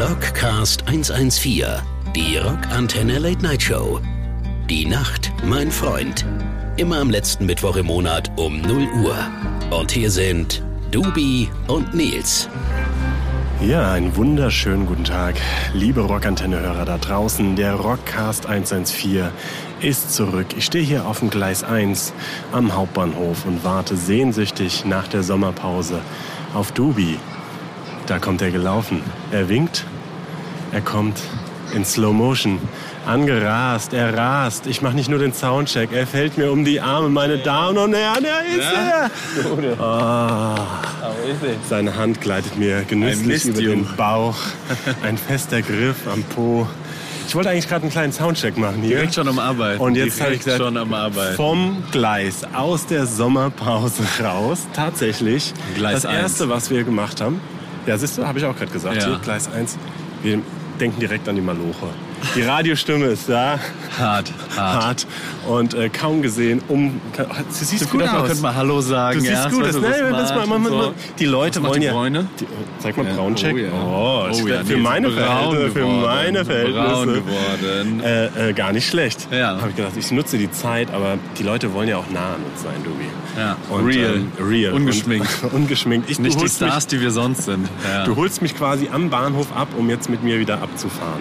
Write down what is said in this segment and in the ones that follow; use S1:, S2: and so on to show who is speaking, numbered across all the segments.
S1: Rockcast 114, die Rockantenne Late Night Show. Die Nacht, mein Freund. Immer am letzten Mittwoch im Monat um 0 Uhr. Und hier sind Dubi und Nils.
S2: Ja, einen wunderschönen guten Tag, liebe Rockantenne-Hörer da draußen. Der Rockcast 114 ist zurück. Ich stehe hier auf dem Gleis 1 am Hauptbahnhof und warte sehnsüchtig nach der Sommerpause auf Dubi. Da kommt er gelaufen. Er winkt. Er kommt in Slow Motion. Angerast, er rast. Ich mache nicht nur den Soundcheck. Er fällt mir um die Arme, meine Damen und Herren. Er ist er. Ah. Seine Hand gleitet mir genüsslich über den Bauch. Ein fester Griff am Po. Ich wollte eigentlich gerade einen kleinen Soundcheck machen hier.
S3: Direkt schon am Arbeiten.
S2: Und jetzt habe ich
S3: Direkt
S2: gesagt,
S3: schon am Arbeiten.
S2: vom Gleis aus der Sommerpause raus, tatsächlich.
S3: Gleis
S2: das
S3: 1.
S2: erste, was wir gemacht haben. Ja, siehst du, habe ich auch gerade gesagt.
S3: Ja.
S2: Hier, Gleis 1. Wir denken direkt an die Maloche. Die Radiostimme ist da.
S3: Hart, hart.
S2: Hart. Und äh, kaum gesehen. Um, sie sieht
S3: Ich dachte, man könnte mal Hallo sagen.
S2: Du siehst
S3: ja,
S2: gut
S3: weißt
S2: aus.
S3: du,
S2: Ne?
S3: so
S2: Das
S3: smart
S2: mal-
S3: und
S2: mal- mal-
S3: so.
S2: Die Leute
S3: Was macht
S2: wollen
S3: die
S2: ja.
S3: Bräune?
S2: Die, sag mal,
S3: Ja.
S2: Brauncheck.
S3: Oh, ja.
S2: Oh,
S3: Oh, ja,
S2: für,
S3: nee,
S2: meine
S3: ist braun
S2: Verhältnisse, für
S3: geworden.
S2: meine
S3: Braun
S2: Verhältnisse.
S3: geworden.
S2: Äh, äh, gar nicht schlecht.
S3: Ja.
S2: Habe ich gedacht, ich nutze die Zeit, aber die Leute wollen ja auch nah an uns sein, Dubi.
S3: Ja.
S2: Und,
S3: Real.
S2: ähm, real.
S3: Ungeschminkt.
S2: Und, ungeschminkt. Ich,
S3: Nicht
S2: du
S3: die
S2: holst mich,
S3: Stars, die wir sonst sind. Ja.
S2: Du holst mich quasi am Bahnhof ab, um jetzt mit mir wieder abzufahren.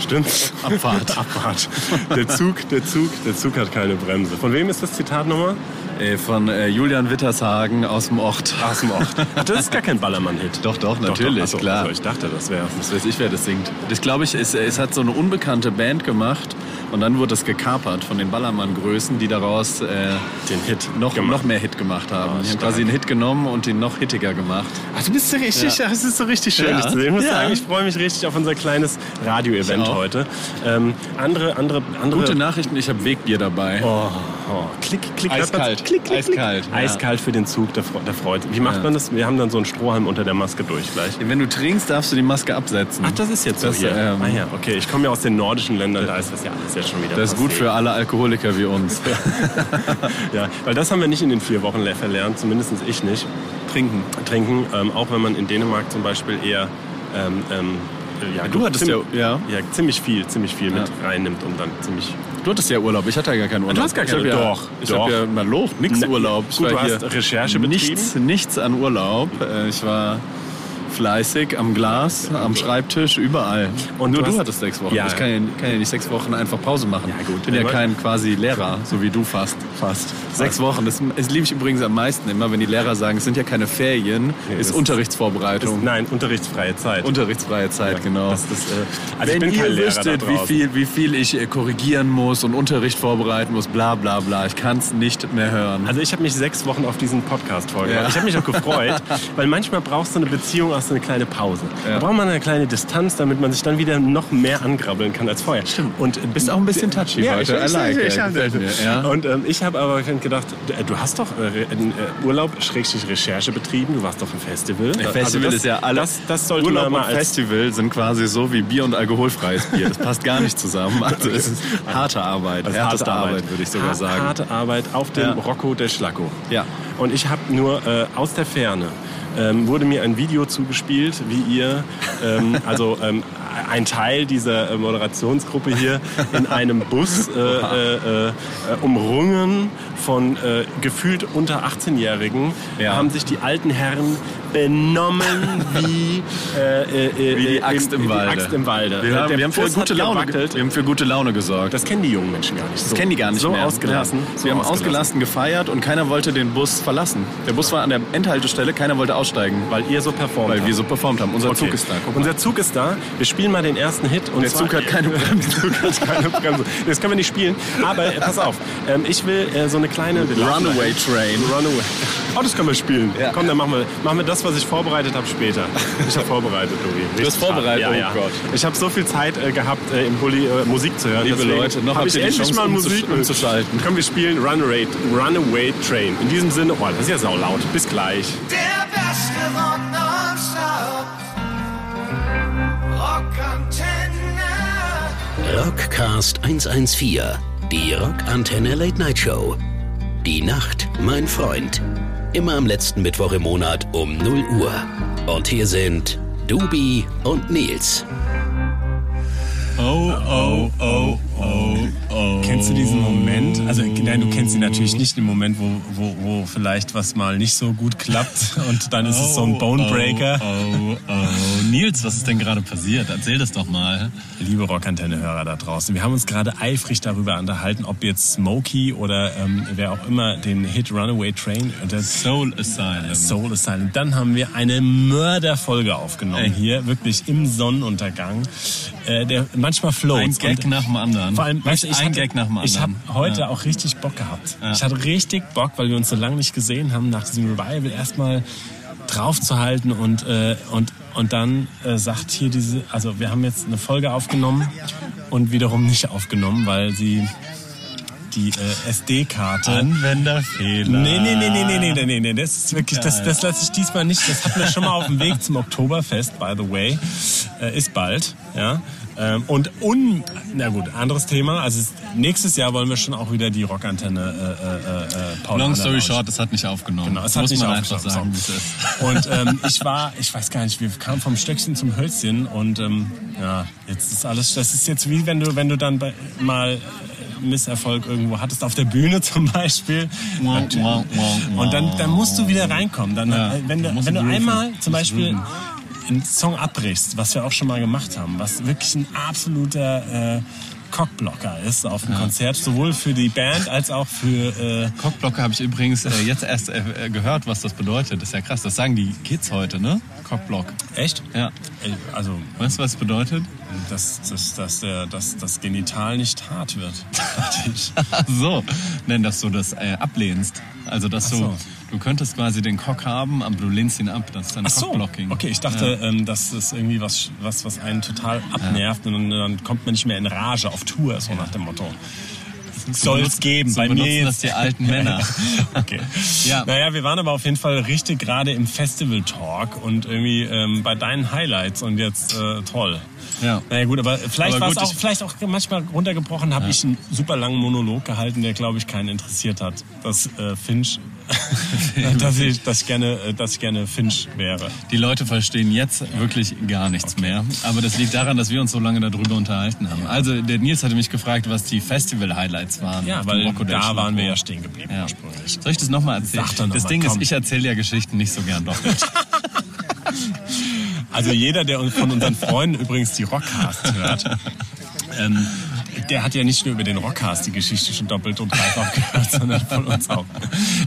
S2: Stimmt's?
S3: Abfahrt.
S2: Abfahrt. Der Zug, der Zug, der Zug hat keine Bremse. Von wem ist das Zitat nochmal?
S3: Ey, von äh, Julian Wittershagen aus dem Ort.
S2: Aus dem Ort. Ach, das ist gar kein Ballermann-Hit.
S3: Doch, doch, natürlich,
S2: achso,
S3: klar.
S2: Also ich dachte, das wäre.
S3: Was weiß ich, wer das singt. Das glaube ich, ist, es hat so eine unbekannte Band gemacht und dann wurde es gekapert von den Ballermann-Größen, die daraus äh,
S2: Den Hit
S3: noch,
S2: gemacht. Oh,
S3: noch mehr Hit gemacht haben. die haben
S2: stark.
S3: quasi einen Hit genommen und ihn noch hittiger gemacht.
S2: Ach, du bist so richtig,
S3: Ja.
S2: das ist so richtig schön,
S3: Ja.
S2: dich zu sehen. Ich muss
S3: Ja.
S2: sagen, ich freue mich richtig auf unser kleines Radio-Event
S3: Ich auch.
S2: heute. Ähm, andere, andere, andere.
S3: Gute Nachrichten, ich habe Wegbier dabei.
S2: Oh, oh. Klick, klick, hört man's?
S3: Eiskalt.
S2: klick, klick, klick.
S3: Eiskalt, ja.
S2: Eiskalt für den Zug, da, fre- da freut. Wie macht
S3: Ja.
S2: man das? Wir haben dann so einen Strohhalm unter der Maske durch gleich.
S3: Wenn du trinkst, darfst du die Maske absetzen.
S2: Ach, das ist jetzt so
S3: Das,
S2: hier.
S3: ähm,
S2: ah ja, okay. Ich komme ja aus den nordischen Ländern, da ist das ja alles jetzt schon wieder.
S3: Das ist gut
S2: passé.
S3: für alle Alkoholiker wie uns.
S2: Ja, weil das haben wir nicht in den vier Wochen le- verlernt, zumindest ich nicht.
S3: Trinken.
S2: Trinken, ähm, auch wenn man in Dänemark zum Beispiel eher. Ähm, ähm, ja,
S3: Du hattest
S2: ziemlich,
S3: ja-
S2: ja ziemlich viel, ziemlich viel mit
S3: Ja.
S2: reinnimmt und dann ziemlich.
S3: Du hattest ja Urlaub, ich hatte ja gar keinen Urlaub.
S2: Du hast gar keinen
S3: ich hab ja,
S2: Doch,
S3: Ich
S2: doch.
S3: habe ja mal Lob, nix
S2: Na,
S3: Urlaub. Ich
S2: gut,
S3: war
S2: du hast
S3: hier
S2: Recherche
S3: nichts, nichts an Urlaub. Äh, Ich war fleißig am Glas, am Schreibtisch, überall.
S2: Und
S3: nur
S2: du
S3: du,
S2: hast-
S3: hattest sechs Wochen.
S2: Ja.
S3: Ich kann ja, kann ja nicht sechs Wochen einfach Pause machen.
S2: Ja, gut.
S3: Ich bin ja
S2: Aber-
S3: kein quasi Lehrer, so wie du fast.
S2: Fast.
S3: Sechs Wochen, das, das liebe ich übrigens am meisten immer, wenn die Lehrer sagen, es sind ja keine Ferien,
S2: Nee,
S3: ist
S2: das-
S3: Unterrichtsvorbereitung.
S2: Nein, unterrichtsfreie Zeit.
S3: Unterrichtsfreie Zeit, genau.
S2: das ist, äh, also ich
S3: Wenn
S2: bin kein
S3: ihr
S2: Lehrer
S3: wüsstet,
S2: da
S3: wie
S2: draußen.
S3: viel, wie viel ich äh, korrigieren muss und Unterricht vorbereiten muss, bla bla bla, ich kann es nicht mehr hören.
S2: Also ich habe mich sechs Wochen auf diesen Podcast vorgebracht.
S3: Ja.
S2: Ich habe mich auch gefreut, weil manchmal brauchst du eine Beziehung auch so eine kleine Pause. Da
S3: Ja.
S2: braucht man eine kleine Distanz, damit man sich dann wieder noch mehr angrabbeln kann als vorher. Stimmt. Und äh, du
S3: bist auch ein bisschen touchy heute. I like it. Gefällt mir, ja.
S2: Und ähm, ich habe aber gedacht, äh, du hast doch äh, in, äh, Urlaub, Schrägstrich Recherche betrieben, du warst doch im Festival.
S3: Ein
S2: Also
S3: Festival
S2: das-
S3: ist ja alles.
S2: Das, das sollte
S3: Urlaub
S2: man mal
S3: und
S2: als
S3: Festival sind quasi so wie Bier und alkoholfreies Bier. Das passt gar nicht zusammen. Also es ist harte Arbeit,
S2: Also
S3: härteste Arbeit, würde ich sogar
S2: Har-
S3: sagen.
S2: Harte Arbeit auf dem
S3: Ja.
S2: Rocco der Schlacko.
S3: Ja.
S2: Und ich habe nur äh, aus der Ferne ähm, wurde mir ein Video zugespielt, wie ihr, ähm, also ähm, ein Teil dieser äh, Moderationsgruppe hier in einem Bus äh, äh, äh, umrungen von äh, gefühlt unter 18-Jährigen,
S3: Ja.
S2: haben sich die alten Herren benommen wie, äh, äh, äh,
S3: Wie die
S2: äh,
S3: Axt im,
S2: wie die
S3: Walde.
S2: Axt im Walde.
S3: Wir haben,
S2: Der
S3: wir haben, für,
S2: Bus hat
S3: gute Laune, ge-
S2: gewackelt.
S3: wir haben für gute Laune gesorgt.
S2: Das kennen die jungen Menschen gar nicht.
S3: Das kennen die gar nicht
S2: so
S3: mehr.
S2: Ausgelassen,
S3: Ja.
S2: so
S3: wir haben
S2: ausgelassen.
S3: ausgelassen gefeiert und keiner wollte den Bus verlassen. Der Bus war an der Endhaltestelle, keiner wollte aussteigen, weil,
S2: Weil ihr so performt
S3: weil
S2: habt.
S3: wir so performt haben. Unser
S2: Okay.
S3: Zug ist da. Guck mal.
S2: Unser Zug ist da. Wir spielen mal den ersten Hit. Und
S3: Der
S2: zwar-
S3: Zug hat keine Bremse.
S2: Der Zug hat keine Bremse. Das können wir nicht spielen. Aber äh, pass auf, ähm, ich will äh, so eine kleine
S3: Runaway Train.
S2: Runaway. Oh, das können wir spielen.
S3: Ja.
S2: Komm, dann machen wir, machen wir das, was ich vorbereitet habe, später. Ich habe vorbereitet, Tobi. Du
S3: hast vorbereitet?
S2: Ja,
S3: Oh
S2: ja.
S3: Gott.
S2: Ich habe so viel Zeit äh, gehabt, äh, im Bulli äh, Musik zu hören.
S3: Liebe
S2: Deswegen
S3: Leute, noch
S2: hab
S3: habt
S2: ich
S3: ihr die
S2: endlich
S3: Chance,
S2: mal
S3: umzusch-
S2: Musik
S3: umzuschalten.
S2: Können wir spielen Runaway, Runaway Train. In diesem Sinne, oh, das ist ja saulaut. Bis gleich.
S4: Der beste Rock nonstop. Rockantenne.
S1: Rockcast 114, die Rockantenne Late Night Show. Die Nacht, mein Freund. Immer am letzten Mittwoch im Monat um 0 Uhr. Und hier sind Dubi und Nils.
S2: Oh, oh, oh, oh, oh. Kennst du diesen Moment? Also nein, du kennst ihn natürlich
S3: Mhm.
S2: nicht, den Moment, wo, wo, wo vielleicht was mal nicht so gut klappt und dann ist es so ein Bonebreaker.
S3: Oh, oh, oh. Nils, was ist denn gerade passiert? Erzähl das doch mal.
S2: Liebe Rockantenne-Hörer da draußen, wir haben uns gerade eifrig darüber unterhalten, ob jetzt Smokey oder ähm, wer auch immer den Hit Runaway Train oder
S3: Soul Asylum.
S2: Soul Asylum. Dann haben wir eine Mörderfolge aufgenommen hier, wirklich im Sonnenuntergang. Äh, der manchmal floats.
S3: Ein Gag
S2: Und
S3: nach dem anderen.
S2: vor allem, weißt du,
S3: Nicht
S2: ich
S3: ein
S2: hatte-
S3: Gag nach dem anderen.
S2: Ich habe heute
S3: Ja.
S2: auch richtig Bock gehabt. Ich hatte richtig Bock, weil wir uns so lange nicht gesehen haben, nach diesem Revival erstmal draufzuhalten und, äh, und, und dann äh, sagt hier diese, also wir haben jetzt eine Folge aufgenommen und wiederum nicht aufgenommen, weil sie die äh, SD-Karte
S3: Anwenderfehler.
S2: Nee, nee, nee, nee, nee, nee, nee, nee, nee. Das ist wirklich, das, das lasse ich diesmal nicht. Das hatten wir schon mal auf dem Weg zum Oktoberfest, by the way. Äh, ist bald, ja. Ähm, und un, na gut, anderes Thema. Also es, nächstes Jahr wollen wir schon auch wieder die Rockantenne äh, äh, äh, Paul
S3: Long
S2: Anna
S3: story
S2: Lounge.
S3: short, es hat nicht aufgenommen.
S2: Genau, es hat
S3: Muss
S2: nicht
S3: man einfach
S2: aufgenommen,
S3: sagen,
S2: so.
S3: wie es ist.
S2: Und ähm, ich war, ich weiß gar nicht, wir kamen vom Stöckchen zum Hölzchen und ähm, ja, jetzt ist alles, das ist jetzt wie wenn du, wenn du dann bei, mal äh, Misserfolg irgendwo hattest, auf der Bühne zum Beispiel.
S3: Wow, wow, wow, wow.
S2: Und dann, dann musst du wieder reinkommen. Dann,
S3: Ja,
S2: äh, wenn
S3: du
S2: du,
S3: musst
S2: wenn du
S3: grooven.
S2: einmal zum
S3: Du musst
S2: Beispiel
S3: grooven.
S2: einen Song abbrichst, was wir auch schon mal gemacht haben, was wirklich ein absoluter äh, Cockblocker ist auf dem Konzert, sowohl für die Band als auch für äh,
S3: Cockblocker habe ich übrigens äh, jetzt erst äh, äh, gehört, was das bedeutet. Das ist ja krass. Das sagen die Kids heute, ne? Cockblock.
S2: echt?
S3: Ja.
S2: Äh, Also
S3: Weißt du, was es bedeutet?
S2: Dass, dass, dass, der, dass das Genital nicht hart wird. dachte ich.
S3: Ach so. Nein, dass du das äh, ablehnst. Also, dass
S2: Ach
S3: du,
S2: so.
S3: du könntest quasi den Cock haben, aber du lehnst ihn ab. Das ist dann
S2: Ach so,
S3: Cockblocking.
S2: okay, ich dachte, ähm, dass das irgendwie was, was, was einen total abnervt und dann kommt man nicht mehr in Rage auf Tour, so nach dem Motto. Soll's
S3: benutzen-
S2: geben,
S3: so
S2: bei mir
S3: benutzen
S2: jetzt.
S3: das die alten Männer.
S2: okay.
S3: Ja.
S2: Naja, wir waren aber auf jeden Fall richtig gerade im Festival-Talk und irgendwie ähm, bei deinen Highlights und jetzt äh, toll.
S3: Ja.
S2: Naja gut, aber vielleicht
S3: Aber
S2: war es
S3: gut,
S2: auch,
S3: ich-
S2: vielleicht auch manchmal runtergebrochen, habe ich einen super langen Monolog gehalten, der glaube ich keinen interessiert hat, dass äh, Finch, dass, ich, dass, ich gerne, äh, dass ich gerne Finch wäre.
S3: Die Leute verstehen jetzt wirklich gar nichts mehr. Aber das liegt daran, dass wir uns so lange darüber unterhalten haben. Also, der Nils hatte mich gefragt, was die Festival-Highlights waren.
S2: Ja,
S3: auf dem
S2: weil
S3: Rocco del
S2: da
S3: Schlacco.
S2: waren wir ja stehen geblieben
S3: Ja.
S2: ursprünglich.
S3: Soll ich das nochmal erzählen?
S2: Sag doch noch
S3: das
S2: mal,
S3: Ding
S2: komm.
S3: ist, ich erzähle ja Geschichten nicht so gern doppelt.
S2: Also jeder, der uns- von unseren Freunden übrigens die Rockcast hört, ähm, der hat ja nicht nur über den Rockcast die Geschichte schon doppelt und dreifach gehört, sondern von uns auch.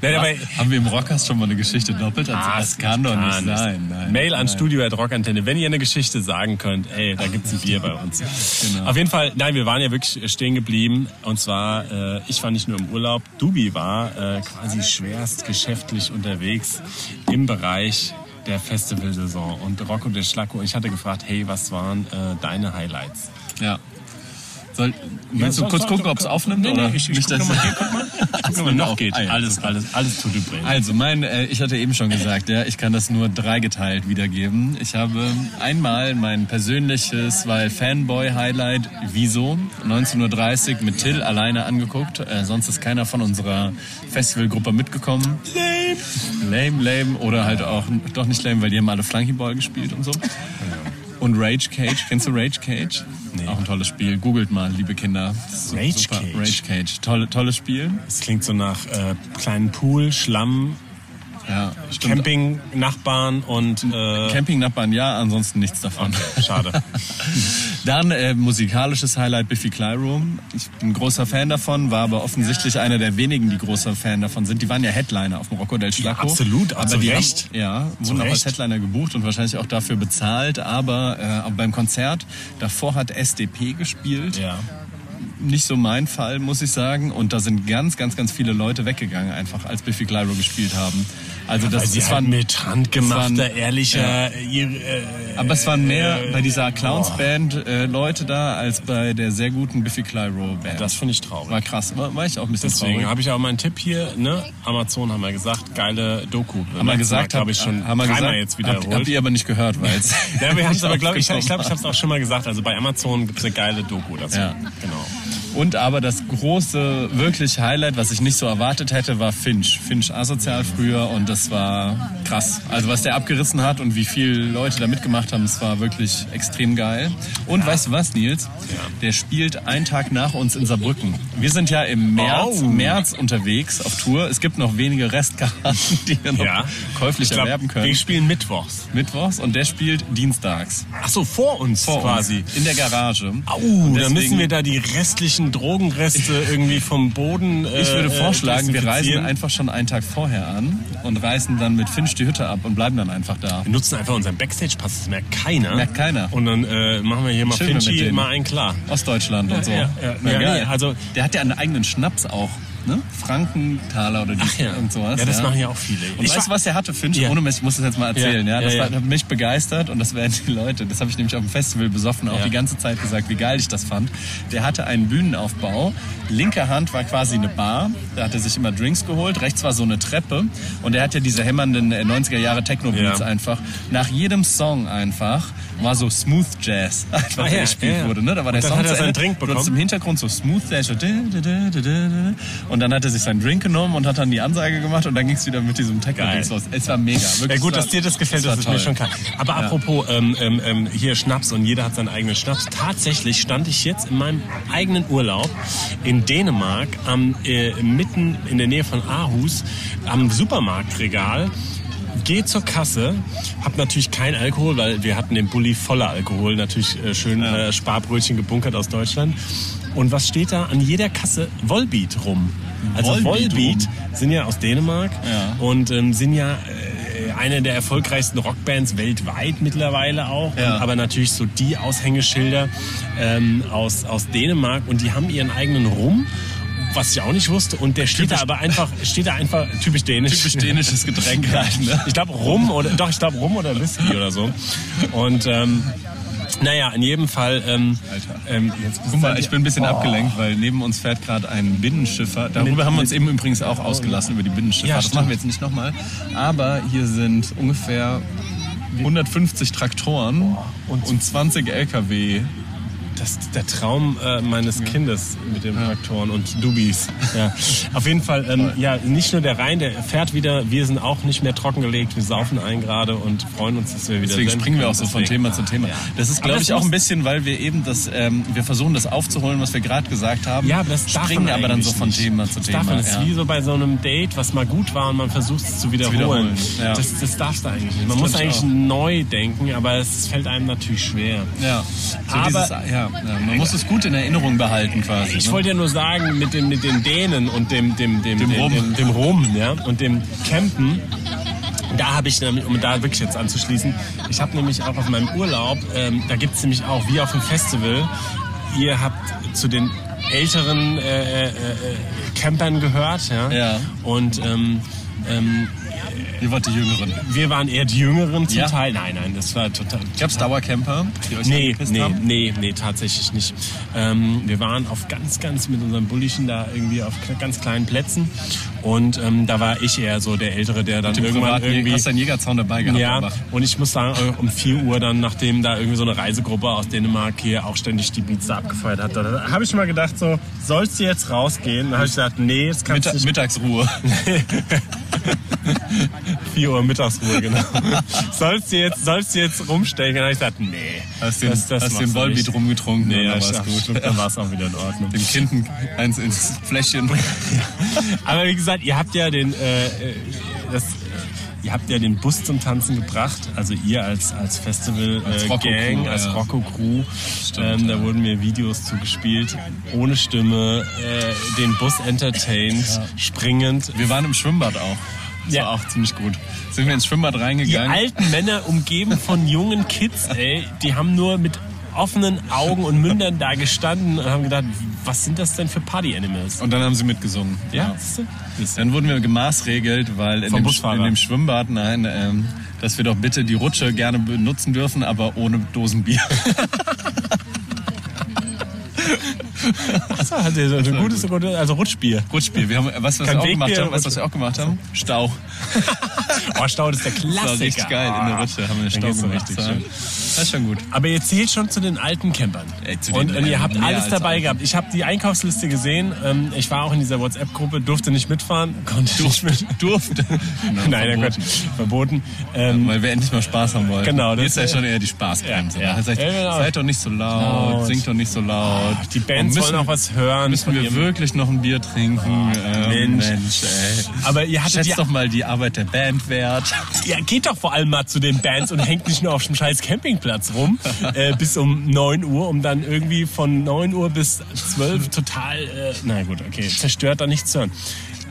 S2: Nein, aber Ah,
S3: Haben wir im Rockers schon mal eine Geschichte doppelt? erzählt? das kann doch nicht sein. Nein.
S2: Mail an studio.rockantenne, wenn ihr eine Geschichte sagen könnt, ey, da gibt's ein Bier bei uns. Auf jeden Fall, nein, wir waren ja wirklich stehen geblieben. Und zwar, äh, ich war nicht nur im Urlaub, Dubi war äh, quasi schwerst geschäftlich unterwegs im Bereich der Festivalsaison. Und Rocco der Schlacko, ich hatte gefragt, hey, was waren äh, deine Highlights?
S3: Ja. Soll, willst du
S2: soll-
S3: kurz
S2: soll-
S3: gucken,
S2: soll-
S3: ob es aufnimmt?
S2: Nee, nee,
S3: oder
S2: ich- ich guck
S3: dass-
S2: noch mal hier, guck mal.
S3: Ach,
S2: Guck
S3: es
S2: mal,
S3: nimmt
S2: noch
S3: auf.
S2: geht.
S3: Ah, ja,
S2: alles,
S3: super.
S2: alles, alles tut übrig.
S3: Also, mein, äh, ich hatte eben schon gesagt, ja, ich kann das nur dreigeteilt wiedergeben. Ich habe einmal mein persönliches, weil Fanboy-Highlight, wieso? 19.30 Uhr mit Till alleine angeguckt. Äh, sonst ist keiner von unserer Festivalgruppe mitgekommen. Lame. Lame, lame. Oder halt auch doch nicht lame, weil die haben alle Flunky Ball gespielt und so. Und Rage Cage, kennst du Rage Cage? Auch ein tolles Spiel. Googelt mal, liebe Kinder. Das ist
S2: Rage
S3: super.
S2: Cage?
S3: Rage Cage. Tolle, tolles Spiel.
S2: Es klingt so nach äh, kleinen Pool, Schlamm,
S3: Ja, stimmt.
S2: Camping-Nachbarn und... Äh,
S3: Camping-Nachbarn, ja, ansonsten nichts davon.
S2: Schade.
S3: Dann äh, musikalisches Highlight Biffy Clyro. Ich bin großer Fan davon, war aber offensichtlich einer der wenigen, die großer Fan davon sind. Die waren ja Headliner auf dem Rocco del Schlacco.
S2: Ja, absolut, aber
S3: aber
S2: zu
S3: die
S2: Recht.
S3: Haben, ja, wurden auch
S2: Recht.
S3: als Headliner gebucht und wahrscheinlich auch dafür bezahlt. Aber äh, auch beim Konzert davor hat SDP gespielt
S2: Ja.
S3: nicht so mein Fall, muss ich sagen. Und da sind ganz, ganz, ganz viele Leute weggegangen, einfach als Biffy Clyro gespielt haben. Also das,
S2: Weil sie
S3: das
S2: halt
S3: waren
S2: mit
S3: es
S2: handgemachter,
S3: waren-
S2: ehrlicher... Äh,
S3: Aber es waren mehr bei dieser
S2: boah.
S3: Clowns-Band äh, Leute da, als bei der sehr guten Biffy Clyro-Band.
S2: das finde ich traurig.
S3: war krass. War, war ich auch ein bisschen
S2: Deswegen
S3: traurig.
S2: habe ich auch mal einen Tipp hier, ne? Amazon haben wir gesagt, geile Doku.
S3: Haben wir gesagt,
S2: habe ich schon
S3: haben wir
S2: dreimal jetzt
S3: gesagt, habt, habt
S2: wiederholt.
S3: ihr aber nicht gehört, weil es
S2: Ja, wir haben es aber, glaube ich, ich glaube, ich habe es auch schon mal gesagt. Also bei Amazon gibt es eine geile Doku dazu.
S3: Ja.
S2: Genau.
S3: Und aber das große, wirklich Highlight, was ich nicht so erwartet hätte, war Finch. Finch asozial früher und das war krass. Also was der abgerissen hat und wie viele Leute da mitgemacht haben, das war wirklich extrem geil. Und weißt du was, Nils? Der spielt einen Tag nach uns in Saarbrücken. Wir sind ja im März,
S2: Oh.
S3: März unterwegs auf Tour. Es gibt noch wenige Restkarten, die wir noch
S2: Ja.
S3: käuflich
S2: Ich glaub,
S3: erwerben können.
S2: Wir spielen mittwochs.
S3: Mittwochs und der spielt dienstags.
S2: Ach so, vor uns
S3: Vor
S2: quasi.
S3: Uns, in der Garage.
S2: Au,
S3: Und
S2: da
S3: deswegen-
S2: müssen wir da die restlichen Drogenreste irgendwie vom Boden. Äh,
S3: Ich würde vorschlagen, wir reisen
S2: desinfizieren.
S3: einfach schon einen Tag vorher an und reißen dann mit Finch die Hütte ab und bleiben dann einfach da.
S2: Wir nutzen einfach unseren Backstage-Pass, das merkt keiner.
S3: Merkt keiner.
S2: Und dann äh, machen wir hier mal
S3: Chillen wir mit
S2: Finchi
S3: denen.
S2: mal einen klar.
S3: Ostdeutschland und so.
S2: ja, ja.
S3: Wär
S2: Ja,
S3: geil.
S2: nee, also-
S3: der hat ja einen eigenen Schnaps auch. Ne? Frankenthaler oder die
S2: Ach ja.
S3: und sowas.
S2: Ja, das machen ja auch viele.
S3: Und
S2: Ich
S3: weißt du,
S2: war-
S3: was er hatte, Finch?
S2: Ja.
S3: Ohne Mist, ich muss das jetzt mal erzählen.
S2: Ja,
S3: Ja, das
S2: ja,
S3: war-
S2: ja.
S3: hat mich begeistert und das werden die Leute. Das habe ich nämlich auf dem Festival besoffen auch
S2: Ja.
S3: die ganze Zeit gesagt, wie geil ich das fand. Der hatte einen Bühnenaufbau. Linke Hand war quasi eine Bar. Da hat er sich immer Drinks geholt. Rechts war so eine Treppe. Und er hat ja diese hämmernden äh, 90er Jahre Techno-Beats
S2: Ja.
S3: einfach. Nach jedem Song einfach war so Smooth Jazz, einfach
S2: Ah,
S3: der
S2: ja,
S3: gespielt
S2: ja, ja.
S3: wurde. Ne? Da
S2: Und
S3: war der
S2: dann
S3: Song
S2: hat er
S3: zu
S2: seinen
S3: Ende.
S2: Drink
S3: Du hattest
S2: bekommen.
S3: im Hintergrund so Smooth Jazz. so dä, dä, dä, dä, dä, dä. Und dann hat er sich seinen Drink genommen und hat dann die Ansage gemacht und dann ging es wieder mit diesem Techno-Dings
S2: Geil.
S3: los. Es war mega. Wirklich,
S2: Ja, gut,
S3: es war,
S2: dass dir das gefällt,
S3: es war
S2: das ist mir
S3: toll.
S2: schon klar. Aber apropos ähm, ähm, ähm, hier Schnaps und jeder hat seinen eigenen Schnaps. Tatsächlich stand ich jetzt in meinem eigenen Urlaub in Dänemark am, äh, mitten in der Nähe von Aarhus am Supermarktregal. Geh zur Kasse, hab natürlich kein Alkohol, weil wir hatten den Bulli voller Alkohol, natürlich äh, schön äh, Sparbrötchen gebunkert aus Deutschland. Und was steht da an jeder Kasse? Volbeat rum. Also
S3: Volbeat rum.
S2: Volbeat sind ja aus Dänemark
S3: Ja.
S2: und ähm, sind ja äh, eine der erfolgreichsten Rockbands weltweit mittlerweile auch.
S3: Ja.
S2: Und, aber natürlich so die Aushängeschilder ähm, aus, aus Dänemark und die haben ihren eigenen Rum. Was ich auch nicht wusste. Und der steht da aber einfach, steht da einfach typisch dänisch.
S3: Typisch dänisches Getränk halt, ne?
S2: Ich glaube Rum oder doch, ich glaube Rum oder Whisky oder so. Und ähm, naja, in jedem Fall. Ähm, ähm, jetzt
S3: Guck mal, ich bin ein bisschen abgelenkt, weil neben uns fährt gerade ein Binnenschiffer. Darüber haben wir uns eben übrigens auch ausgelassen, über die Binnenschiffer.
S2: Ja,
S3: das
S2: stimmt.
S3: machen wir jetzt nicht nochmal. Aber hier sind ungefähr 150 Traktoren und, 20 LKW.
S2: Das ist der Traum äh, meines Kindes mit den Traktoren und Dubis. Ja. Auf jeden Fall, ähm, ja, nicht nur der Rhein, der fährt wieder. Wir sind auch nicht mehr trockengelegt. Wir saufen ein gerade und freuen uns, dass wir wieder
S3: Deswegen
S2: senden
S3: springen wir auch
S2: können.
S3: so von
S2: Deswegen.
S3: Thema zu Thema. Das ist,
S2: Aber
S3: glaube
S2: das
S3: ich, auch
S2: muss-
S3: ein bisschen, weil wir eben das, ähm, wir versuchen das aufzuholen, was wir gerade gesagt haben.
S2: Ja, aber das darf
S3: springen
S2: man
S3: aber dann so
S2: eigentlich
S3: von
S2: nicht.
S3: Thema zu
S2: das
S3: Thema.
S2: Darf man, das ist
S3: ja.
S2: wie so bei so einem Date, was mal gut war und man versucht es zu wiederholen.
S3: wiederholen, ja.
S2: das, das darfst du eigentlich nicht. Man muss
S3: glaub ich
S2: eigentlich
S3: auch.
S2: neu denken, aber es fällt einem natürlich schwer.
S3: Ja, so
S2: Aber-
S3: dieses, ja, ja, man muss es gut in Erinnerung behalten quasi.
S2: Ich
S3: ne?
S2: wollte ja nur sagen, mit, dem, mit den Dänen und dem, dem, dem,
S3: Dem Rum.
S2: dem, dem Rum ja, und dem Campen, da habe ich nämlich, um da wirklich jetzt anzuschließen, ich habe nämlich auch auf meinem Urlaub, ähm, da gibt es nämlich auch, wie auf dem Festival, ihr habt zu den älteren äh, äh, äh, Campern gehört. Ja?
S3: Ja.
S2: Und ähm, ähm,
S3: Ihr wart die Jüngeren.
S2: wir waren eher die Jüngeren zum
S3: Ja.
S2: Teil. Nein, nein, das war total,
S3: Gab's Dauercamper, die euch
S2: Nee,
S3: angepisst
S2: nee,
S3: haben?
S2: nee, nee, tatsächlich nicht. Ähm, wir waren auf ganz, ganz mit unseren Bullischen da irgendwie auf kle- ganz kleinen Plätzen und ähm, da war ich eher so der Ältere, der dann
S3: Im
S2: irgendwann
S3: privaten irgendwie
S2: irgendwie
S3: hast deinen Jägerzaun dabei gehabt.
S2: ja,
S3: aber-
S2: und ich muss sagen, äh, um 4 Uhr dann, nachdem da irgendwie so eine Reisegruppe aus Dänemark hier auch ständig die Beats abgefeuert hat, da habe ich mal gedacht, so, sollst du jetzt rausgehen? Dann habe ich gesagt, nee, das kannst
S3: Mitta
S2: du nicht.
S3: Mittagsruhe.
S2: 4 Uhr Mittagsruhe, genau. sollst, du jetzt, sollst du jetzt rumstellen? Dann habe ich gesagt, nee.
S3: Hast den,
S2: das- das
S3: hast
S2: machst du
S3: den
S2: nicht.
S3: Wollbeat rumgetrunken
S2: Nee,
S3: und
S2: ja,
S3: dann war's
S2: stimmt,
S3: gut.
S2: stimmt, dann war es auch wieder in Ordnung.
S3: Dem Kind ein- eins ins Fläschchen.
S2: Aber wie gesagt, ihr habt ja den, äh, äh, das, ihr habt ja den Bus zum Tanzen gebracht. Also ihr als als Festival
S3: Als
S2: äh,
S3: Rocco
S2: Gang,
S3: Crew,
S2: als
S3: ja.
S2: Rocco Crew. ähm, Da wurden mir Videos zugespielt, ohne Stimme, äh, den Bus entertained, springend.
S3: Wir waren im Schwimmbad auch. Das
S2: Ja.
S3: war auch ziemlich gut. Sind wir ins Schwimmbad
S2: Die
S3: reingegangen.
S2: alten Männer umgeben von jungen Kids, ey, die haben nur mit offenen Augen und Mündern da gestanden und haben gedacht, was sind das denn für Party Animals?
S3: Und dann haben sie mitgesungen.
S2: Ja,
S3: Dann wurden wir gemaßregelt, weil in,
S2: Vom
S3: dem,
S2: Busfahrer.
S3: in dem Schwimmbad, nein, ähm, dass wir doch bitte die Rutsche gerne benutzen dürfen, aber ohne Dosenbier.
S2: Achso, Ah, hat ihr so ein gutes, gutes, also Rutschbier.
S3: Rutschbier. Wir haben, äh, was, was,
S2: Kein
S3: wir auch
S2: Weg
S3: gemacht
S2: hier,
S3: haben, was, was wir auch gemacht haben? Stauch.
S2: Oh, Staud ist der
S3: Das war
S2: Klassiker. Ah,
S3: richtig geil. In der Rutsche haben wir
S2: Dann
S3: Stau
S2: geht's so
S3: gemacht.
S2: richtig
S3: Das war-
S2: schön.
S3: das ist schon gut.
S2: Aber ihr zählt schon zu den alten Campern.
S3: Ey, zu
S2: und,
S3: den
S2: und ihr
S3: alten,
S2: habt
S3: mehr
S2: alles
S3: als
S2: dabei
S3: alten.
S2: gehabt. Ich habe die Einkaufsliste gesehen. Ähm, ich war auch in dieser WhatsApp-Gruppe, durfte nicht mitfahren, konnte durfte, nicht mit. Durfte. Nein,
S3: Genau, verboten.
S2: er konnte. Verboten. Ähm,
S3: Weil wir endlich mal Spaß haben wollen.
S2: Genau, das-
S3: Jetzt ist ja schon eher die Spaßbremse.
S2: Ja, ja.
S3: ne? Seid,
S2: Ja, genau.
S3: seid doch nicht so laut,
S2: Laut. Ah,
S3: singt doch nicht so laut.
S2: die Bands
S3: Und müssen,
S2: wollen auch was hören.
S3: Müssen
S2: von
S3: wir
S2: ihrem-
S3: wirklich noch ein Bier trinken? Ähm,
S2: Mensch.
S3: ey.
S2: Aber ihr hattet
S3: Schätzt
S2: die-
S3: doch mal die Arbeit der Band wert.
S2: Ja, geht doch vor allem mal zu den Bands und hängt nicht nur auf dem scheiß Campingplatz rum äh, bis um 9 Uhr, um dann irgendwie von 9 Uhr bis 12 total, äh, na gut, okay, zerstört da nichts zu hören.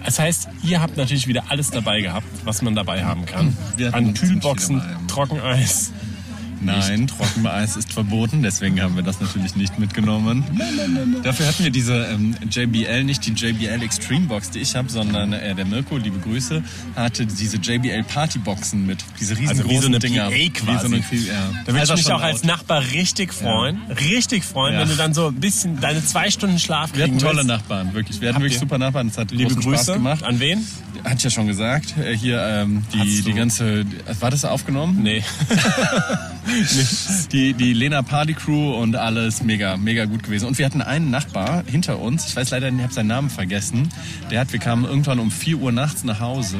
S2: Das heißt, ihr habt natürlich wieder alles dabei gehabt, was man dabei haben kann.
S3: Wir hatten
S2: An
S3: ziemlich viel
S2: Kühlboxen,
S3: dabei.
S2: Trockeneis.
S3: Nein, Trockeneis ist verboten, deswegen haben wir das natürlich nicht mitgenommen. Dafür hatten wir diese ähm, JBL, nicht die JBL Extreme Box, die ich habe, sondern äh, der Mirko, liebe Grüße, hatte diese JBL Partyboxen mit. Diese riesengroßen
S2: Also wie so eine
S3: Dinger.
S2: PA quasi.
S3: Wie so eine, Pri- ja.
S2: Da würde ich
S3: Also
S2: mich
S3: schon
S2: auch als
S3: laut.
S2: Nachbar richtig freuen. Richtig freuen,
S3: Ja.
S2: wenn du dann so ein bisschen deine zwei Stunden Schlaf
S3: wir
S2: kriegen
S3: hatten tolle
S2: willst.
S3: Nachbarn, wirklich. Wir hatten wirklich
S2: ihr?
S3: super Nachbarn. Es hat
S2: Liebe
S3: großen Spaß
S2: Grüße.
S3: gemacht.
S2: An wen?
S3: Hat ich ja schon gesagt. Äh, Hier ähm, die,
S2: Hast du-
S3: die ganze. War das aufgenommen?
S2: Nee.
S3: Die, die Lena Party Crew und alles mega, mega gut gewesen. Und wir hatten einen Nachbar hinter uns, ich weiß leider, ich habe seinen Namen vergessen. Der hat, wir kamen irgendwann um 4 Uhr nachts nach Hause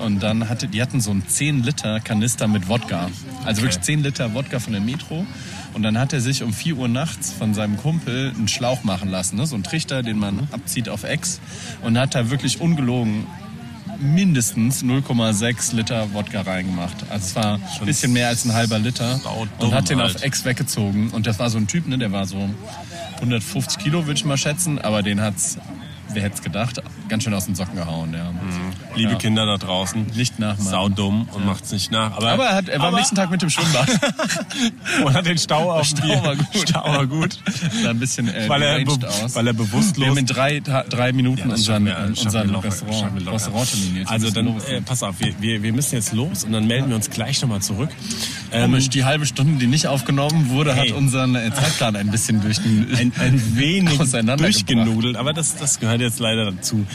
S3: und dann hatte, die hatten so einen 10-Liter-Kanister mit Wodka. Also wirklich 10 Liter Wodka von der Metro. Und dann hat er sich um 4 Uhr nachts von seinem Kumpel einen Schlauch machen lassen, ne? so einen Trichter, den man abzieht auf Ex. Und hat da wirklich ungelogen mindestens 0,6 Liter Wodka reingemacht. Also es war ein bisschen mehr als ein halber Liter.
S2: saudumm
S3: Und hat den auf
S2: halt.
S3: Ex weggezogen. Und das war so ein Typ, ne, der war so 150 Kilo, würde ich mal schätzen. Aber den hat's, wer hätte es gedacht, ganz schön aus den Socken gehauen. Ja.
S2: Liebe
S3: Ja.
S2: Kinder da draußen.
S3: Nicht nachmachen.
S2: Sau dumm und macht's nicht nach. Aber,
S3: Aber er, hat, er war am
S2: aber-
S3: nächsten Tag mit dem Schwimmbad.
S2: Und hat den Stau auf dem Bier. Stau war gut.
S3: Sah ein bisschen äh,
S2: Weil er,
S3: deranged
S2: be
S3: aus.
S2: weil er
S3: wir haben
S2: bewusstlos
S3: in drei, Ta- drei Minuten
S2: das schaffen
S3: unseren,
S2: wir-
S3: unseren
S2: schaffen wir locker, schaffen wir
S3: Restaurant,
S2: locker.
S3: Restaurant terminiert.
S2: Also dann, äh, pass auf, wir, wir, wir müssen jetzt los und dann melden wir uns gleich nochmal zurück. Ähm,
S3: Komisch, die halbe Stunde, die nicht aufgenommen wurde,
S2: Hey.
S3: hat unseren äh, Zeitplan ein bisschen durch den
S2: ein, ein wenig
S3: auseinandergebracht.
S2: durchgenudelt, aber das, das gehört jetzt leider dazu.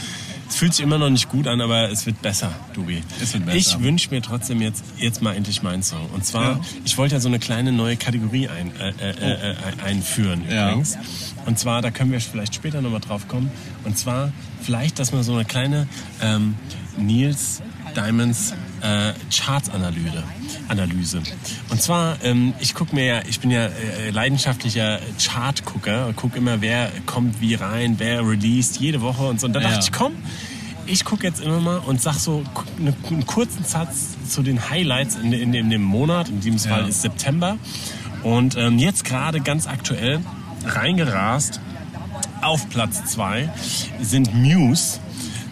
S2: Es fühlt sich immer noch nicht gut an, aber es wird besser, Dubi.
S3: Es wird besser.
S2: Ich wünsche mir trotzdem jetzt, jetzt mal endlich meinen Song. Und zwar, ich wollte ja so eine kleine neue Kategorie ein, äh, äh, äh, äh, einführen
S3: Ja.
S2: übrigens. Und zwar, da können wir vielleicht später nochmal drauf kommen. Und zwar vielleicht, dass man so eine kleine ähm, Nils Diamonds äh, Charts-Analyse. Analyse. Und zwar, ähm, ich gucke mir ja, ich bin ja äh, leidenschaftlicher Chart-Gucker, gucke immer, wer kommt wie rein, wer released, jede Woche und so. Und da
S3: Ja.
S2: dachte ich, komm, ich gucke jetzt immer mal und sag so ku- ne- einen kurzen Satz zu den Highlights in, in, in dem Monat. In diesem Fall
S3: Ja.
S2: ist September. Und ähm, jetzt gerade ganz aktuell reingerast auf Platz 2 sind Muse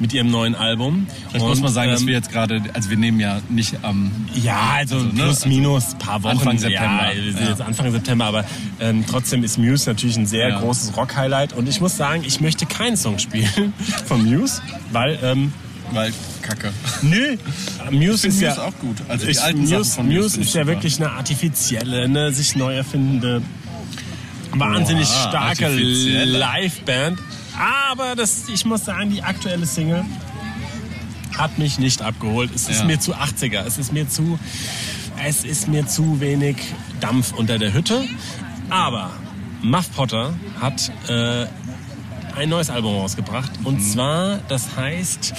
S2: mit ihrem neuen Album.
S3: Vielleicht muss
S2: Und,
S3: man sagen, dass
S2: ähm,
S3: wir jetzt gerade, also wir nehmen ja nicht am
S2: ja, also,
S3: Also, ne,
S2: plus
S3: also
S2: minus paar Wochen.
S3: Anfang September.
S2: Ja, wir sind
S3: Ja.
S2: jetzt Anfang September, aber ähm, trotzdem ist Muse natürlich ein sehr
S3: Ja.
S2: großes Rock-Highlight. Und ich muss sagen, ich möchte keinen Song spielen von Muse, weil ähm,
S3: Waldkacke.
S2: Nö, Muse ist
S3: Muse
S2: ja
S3: auch gut. Also die
S2: ich,
S3: alten
S2: Muse,
S3: Sachen von Muse
S2: Muse
S3: finde
S2: ist
S3: ich
S2: ja
S3: super.
S2: wirklich eine artifizielle, eine sich neu erfindende, wahnsinnig
S3: Oha,
S2: starke
S3: artifizielle.
S2: Liveband. Aber das, ich muss sagen, die aktuelle Single hat mich nicht abgeholt. Es ist
S3: Ja.
S2: mir zu 80er. Es ist mir zu, es ist mir zu wenig Dampf unter der Hütte. Aber Muff Potter hat äh, ein neues Album rausgebracht. Und
S3: Mhm.
S2: zwar, das heißt.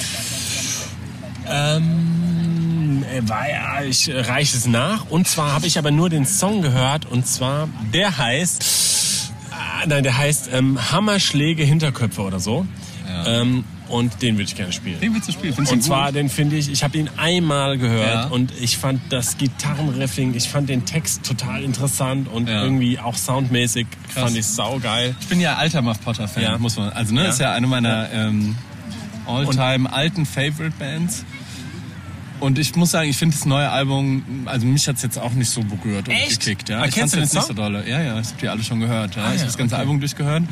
S2: Ähm, äh, war ja, ich äh, reiche es nach. Und zwar habe ich aber nur den Song gehört. Und zwar, der heißt. Ah, nein, der heißt ähm, Hammerschläge Hinterköpfe oder so.
S3: Ja.
S2: Ähm, und den würde ich gerne spielen.
S3: Den willst du spielen, findest du
S2: Und
S3: ihn
S2: zwar,
S3: gut?
S2: den finde ich, ich habe ihn einmal gehört
S3: Ja.
S2: und ich fand das Gitarrenriffing, ich fand den Text total interessant und
S3: Ja.
S2: irgendwie auch soundmäßig
S3: Krass.
S2: fand ich saugeil.
S3: Ich bin ja alter Muff Potter Fan,
S2: Ja.
S3: muss man. Also ne,
S2: Ja.
S3: ist ja eine meiner ähm, all-time alten Favorite Bands. Und ich muss sagen, ich finde das neue Album, also mich hat es jetzt auch nicht so berührt und
S5: Echt?
S3: gekickt. Ja.
S5: Ah,
S3: ich
S5: kennst
S3: fand's
S5: du den
S3: jetzt nicht so
S5: Song?
S3: dolle. Ja, ja, ich habe die alle schon gehört. Ja.
S5: Ah,
S3: ich
S5: ja,
S3: habe das ganze
S5: okay.
S3: Album durchgehört.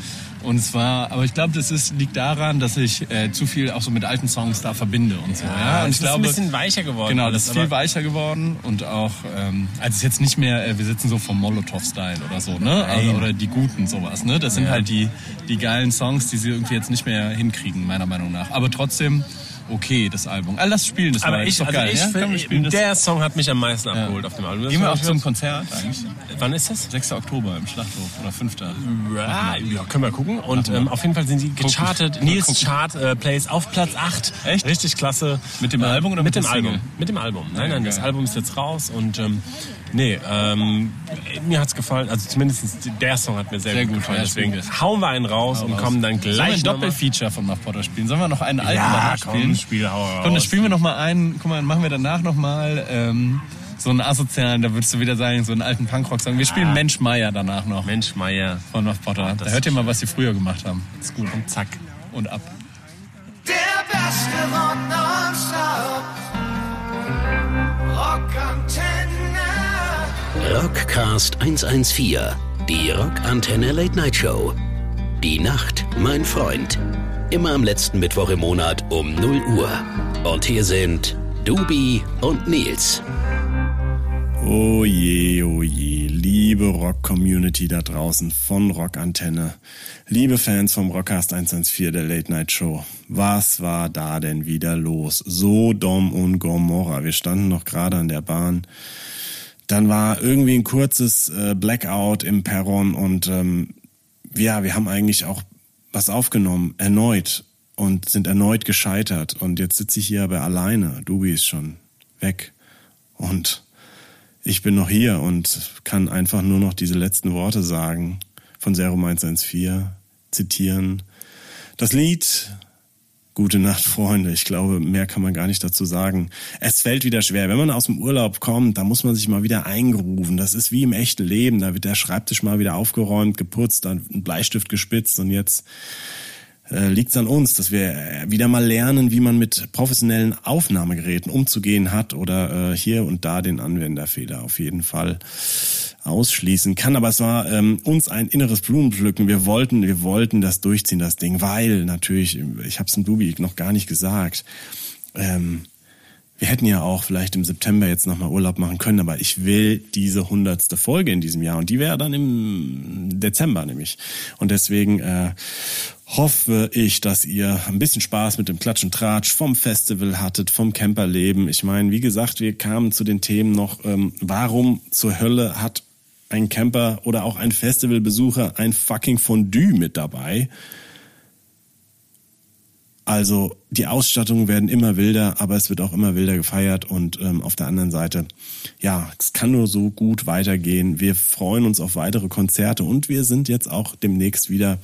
S3: Und es war, aber ich glaube, das ist, liegt daran, dass ich äh, zu viel auch so mit alten Songs da verbinde und so. Ja. Und
S5: es
S3: ich glaube,
S5: ist ein bisschen weicher geworden.
S3: Genau,
S5: alles,
S3: das ist viel
S5: aber-
S3: weicher geworden und auch, ähm, also es ist jetzt nicht mehr, äh, wir sitzen so vom Molotow-Style oder so, ne? Also, oder die guten sowas, ne? Das sind halt die, die geilen Songs, die sie irgendwie jetzt nicht mehr hinkriegen, meiner Meinung nach. Aber trotzdem, okay, das Album. All das spielen, das
S5: Aber
S3: mal,
S5: ich,
S3: ist doch
S5: also
S3: geil,
S5: ich
S3: ja? Komm, wir spielen
S5: finde,
S3: das.
S5: der Song hat mich am meisten abgeholt auf dem Album. Das
S3: Gehen wir
S5: war-
S3: auch zum Konzert eigentlich?
S5: Wann ist das?
S3: 6. Oktober im Schlachthof oder 5.
S5: Ja, ja, können wir gucken. Und ähm, auf jeden Fall sind sie gechartet.
S3: Gucken.
S5: Nils
S3: Gucken.
S5: Chart äh, Plays auf Platz 8.
S3: Echt?
S5: Richtig klasse.
S3: Mit dem Album oder
S5: mit
S3: mit
S5: dem
S3: der Single?
S5: Album? Mit dem Album. Nein,
S3: Ja,
S5: nein, das
S3: geil.
S5: Album ist jetzt raus und ähm, nee, ähm, mir hat's gefallen. Also zumindest der Song hat mir sehr,
S3: Sehr
S5: gut
S3: gut,
S5: gefallen.
S3: ja,
S5: Deswegen
S3: deswegen.
S5: hauen wir einen raus und kommen dann
S3: Sollen wir
S5: gleich
S3: ein
S5: nochmal-
S3: Doppelfeature von Muff Potter spielen? Sollen wir noch einen alten
S5: Ja,
S3: danach
S5: komm, Spiel, hau raus.
S3: Komm, dann spielen wir noch mal einen. Guck mal, dann machen wir danach noch mal ähm, so einen asozialen, da würdest du wieder sagen, so einen alten Punkrock-Song. Wir spielen Mensch Meier danach noch
S5: Ah. Mensch, Meier.
S3: von Muff Potter. da
S5: das
S3: hört ihr
S5: ist
S3: mal, was sie früher gemacht haben. Ist gut. Und zack. Und ab.
S4: Der Beste von nonstop. Rockantenne.
S1: Rockcast 114, die Rockantenne Late Night Show. Die Nacht, mein Freund. Immer am letzten Mittwoch im Monat um 0 Uhr. Und hier sind Dubi und Nils.
S2: Oh je, oh je, liebe Rock-Community da draußen von Rockantenne, liebe Fans vom Rockcast 114 der Late Night Show, was war da denn wieder los? Sodom und Gomorra, wir standen noch gerade an der Bahn, dann war irgendwie ein kurzes äh, Blackout im Perron und ähm, ja, wir haben eigentlich auch was aufgenommen, erneut und sind erneut gescheitert und jetzt sitze ich hier aber alleine, Dubi ist schon weg und ich bin noch hier und kann einfach nur noch diese letzten Worte sagen von Serum 114, zitieren. Das Lied Gute Nacht, Freunde. Ich glaube, mehr kann man gar nicht dazu sagen. Es fällt wieder schwer. Wenn man aus dem Urlaub kommt, da muss man sich mal wieder eingerufen. Das ist wie im echten Leben. Da wird der Schreibtisch mal wieder aufgeräumt, geputzt, dann ein Bleistift gespitzt und jetzt äh, liegt es an uns, dass wir äh, wieder mal lernen, wie man mit professionellen Aufnahmegeräten umzugehen hat oder äh, hier und da den Anwenderfehler auf jeden Fall ausschließen kann. Aber es war ähm, uns ein inneres Blumenpflücken. Wir wollten, wir wollten das durchziehen, das Ding, weil natürlich, ich habe es im Dubi noch gar nicht gesagt. Ähm, wir hätten ja auch vielleicht im September jetzt nochmal Urlaub machen können, aber ich will diese hundertste Folge in diesem Jahr und die wäre dann im Dezember nämlich. Und deswegen äh, hoffe ich, dass ihr ein bisschen Spaß mit dem Klatsch und Tratsch vom Festival hattet, vom Camperleben. Ich meine, wie gesagt, wir kamen zu den Themen noch, ähm, warum zur Hölle hat ein Camper oder auch ein Festivalbesucher ein fucking Fondue mit dabei? Also die Ausstattungen werden immer wilder, aber es wird auch immer wilder gefeiert. Und ähm, auf der anderen Seite, ja, es kann nur so gut weitergehen. Wir freuen uns auf weitere Konzerte und wir sind jetzt auch demnächst wieder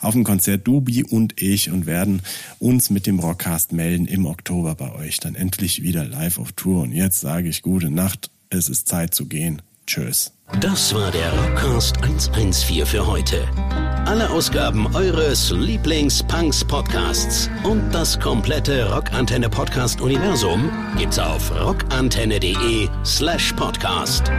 S2: auf dem Konzert Dubi und ich und werden uns mit dem Rockcast melden im Oktober bei euch. Dann endlich wieder live auf Tour. Und jetzt sage ich gute Nacht, es ist Zeit zu gehen. Tschüss.
S1: Das war der Rockcast 114 für heute. Alle Ausgaben eures Lieblings-Punks-Podcasts und das komplette Rockantenne-Podcast-Universum gibt's auf rockantenne.de/slash podcast.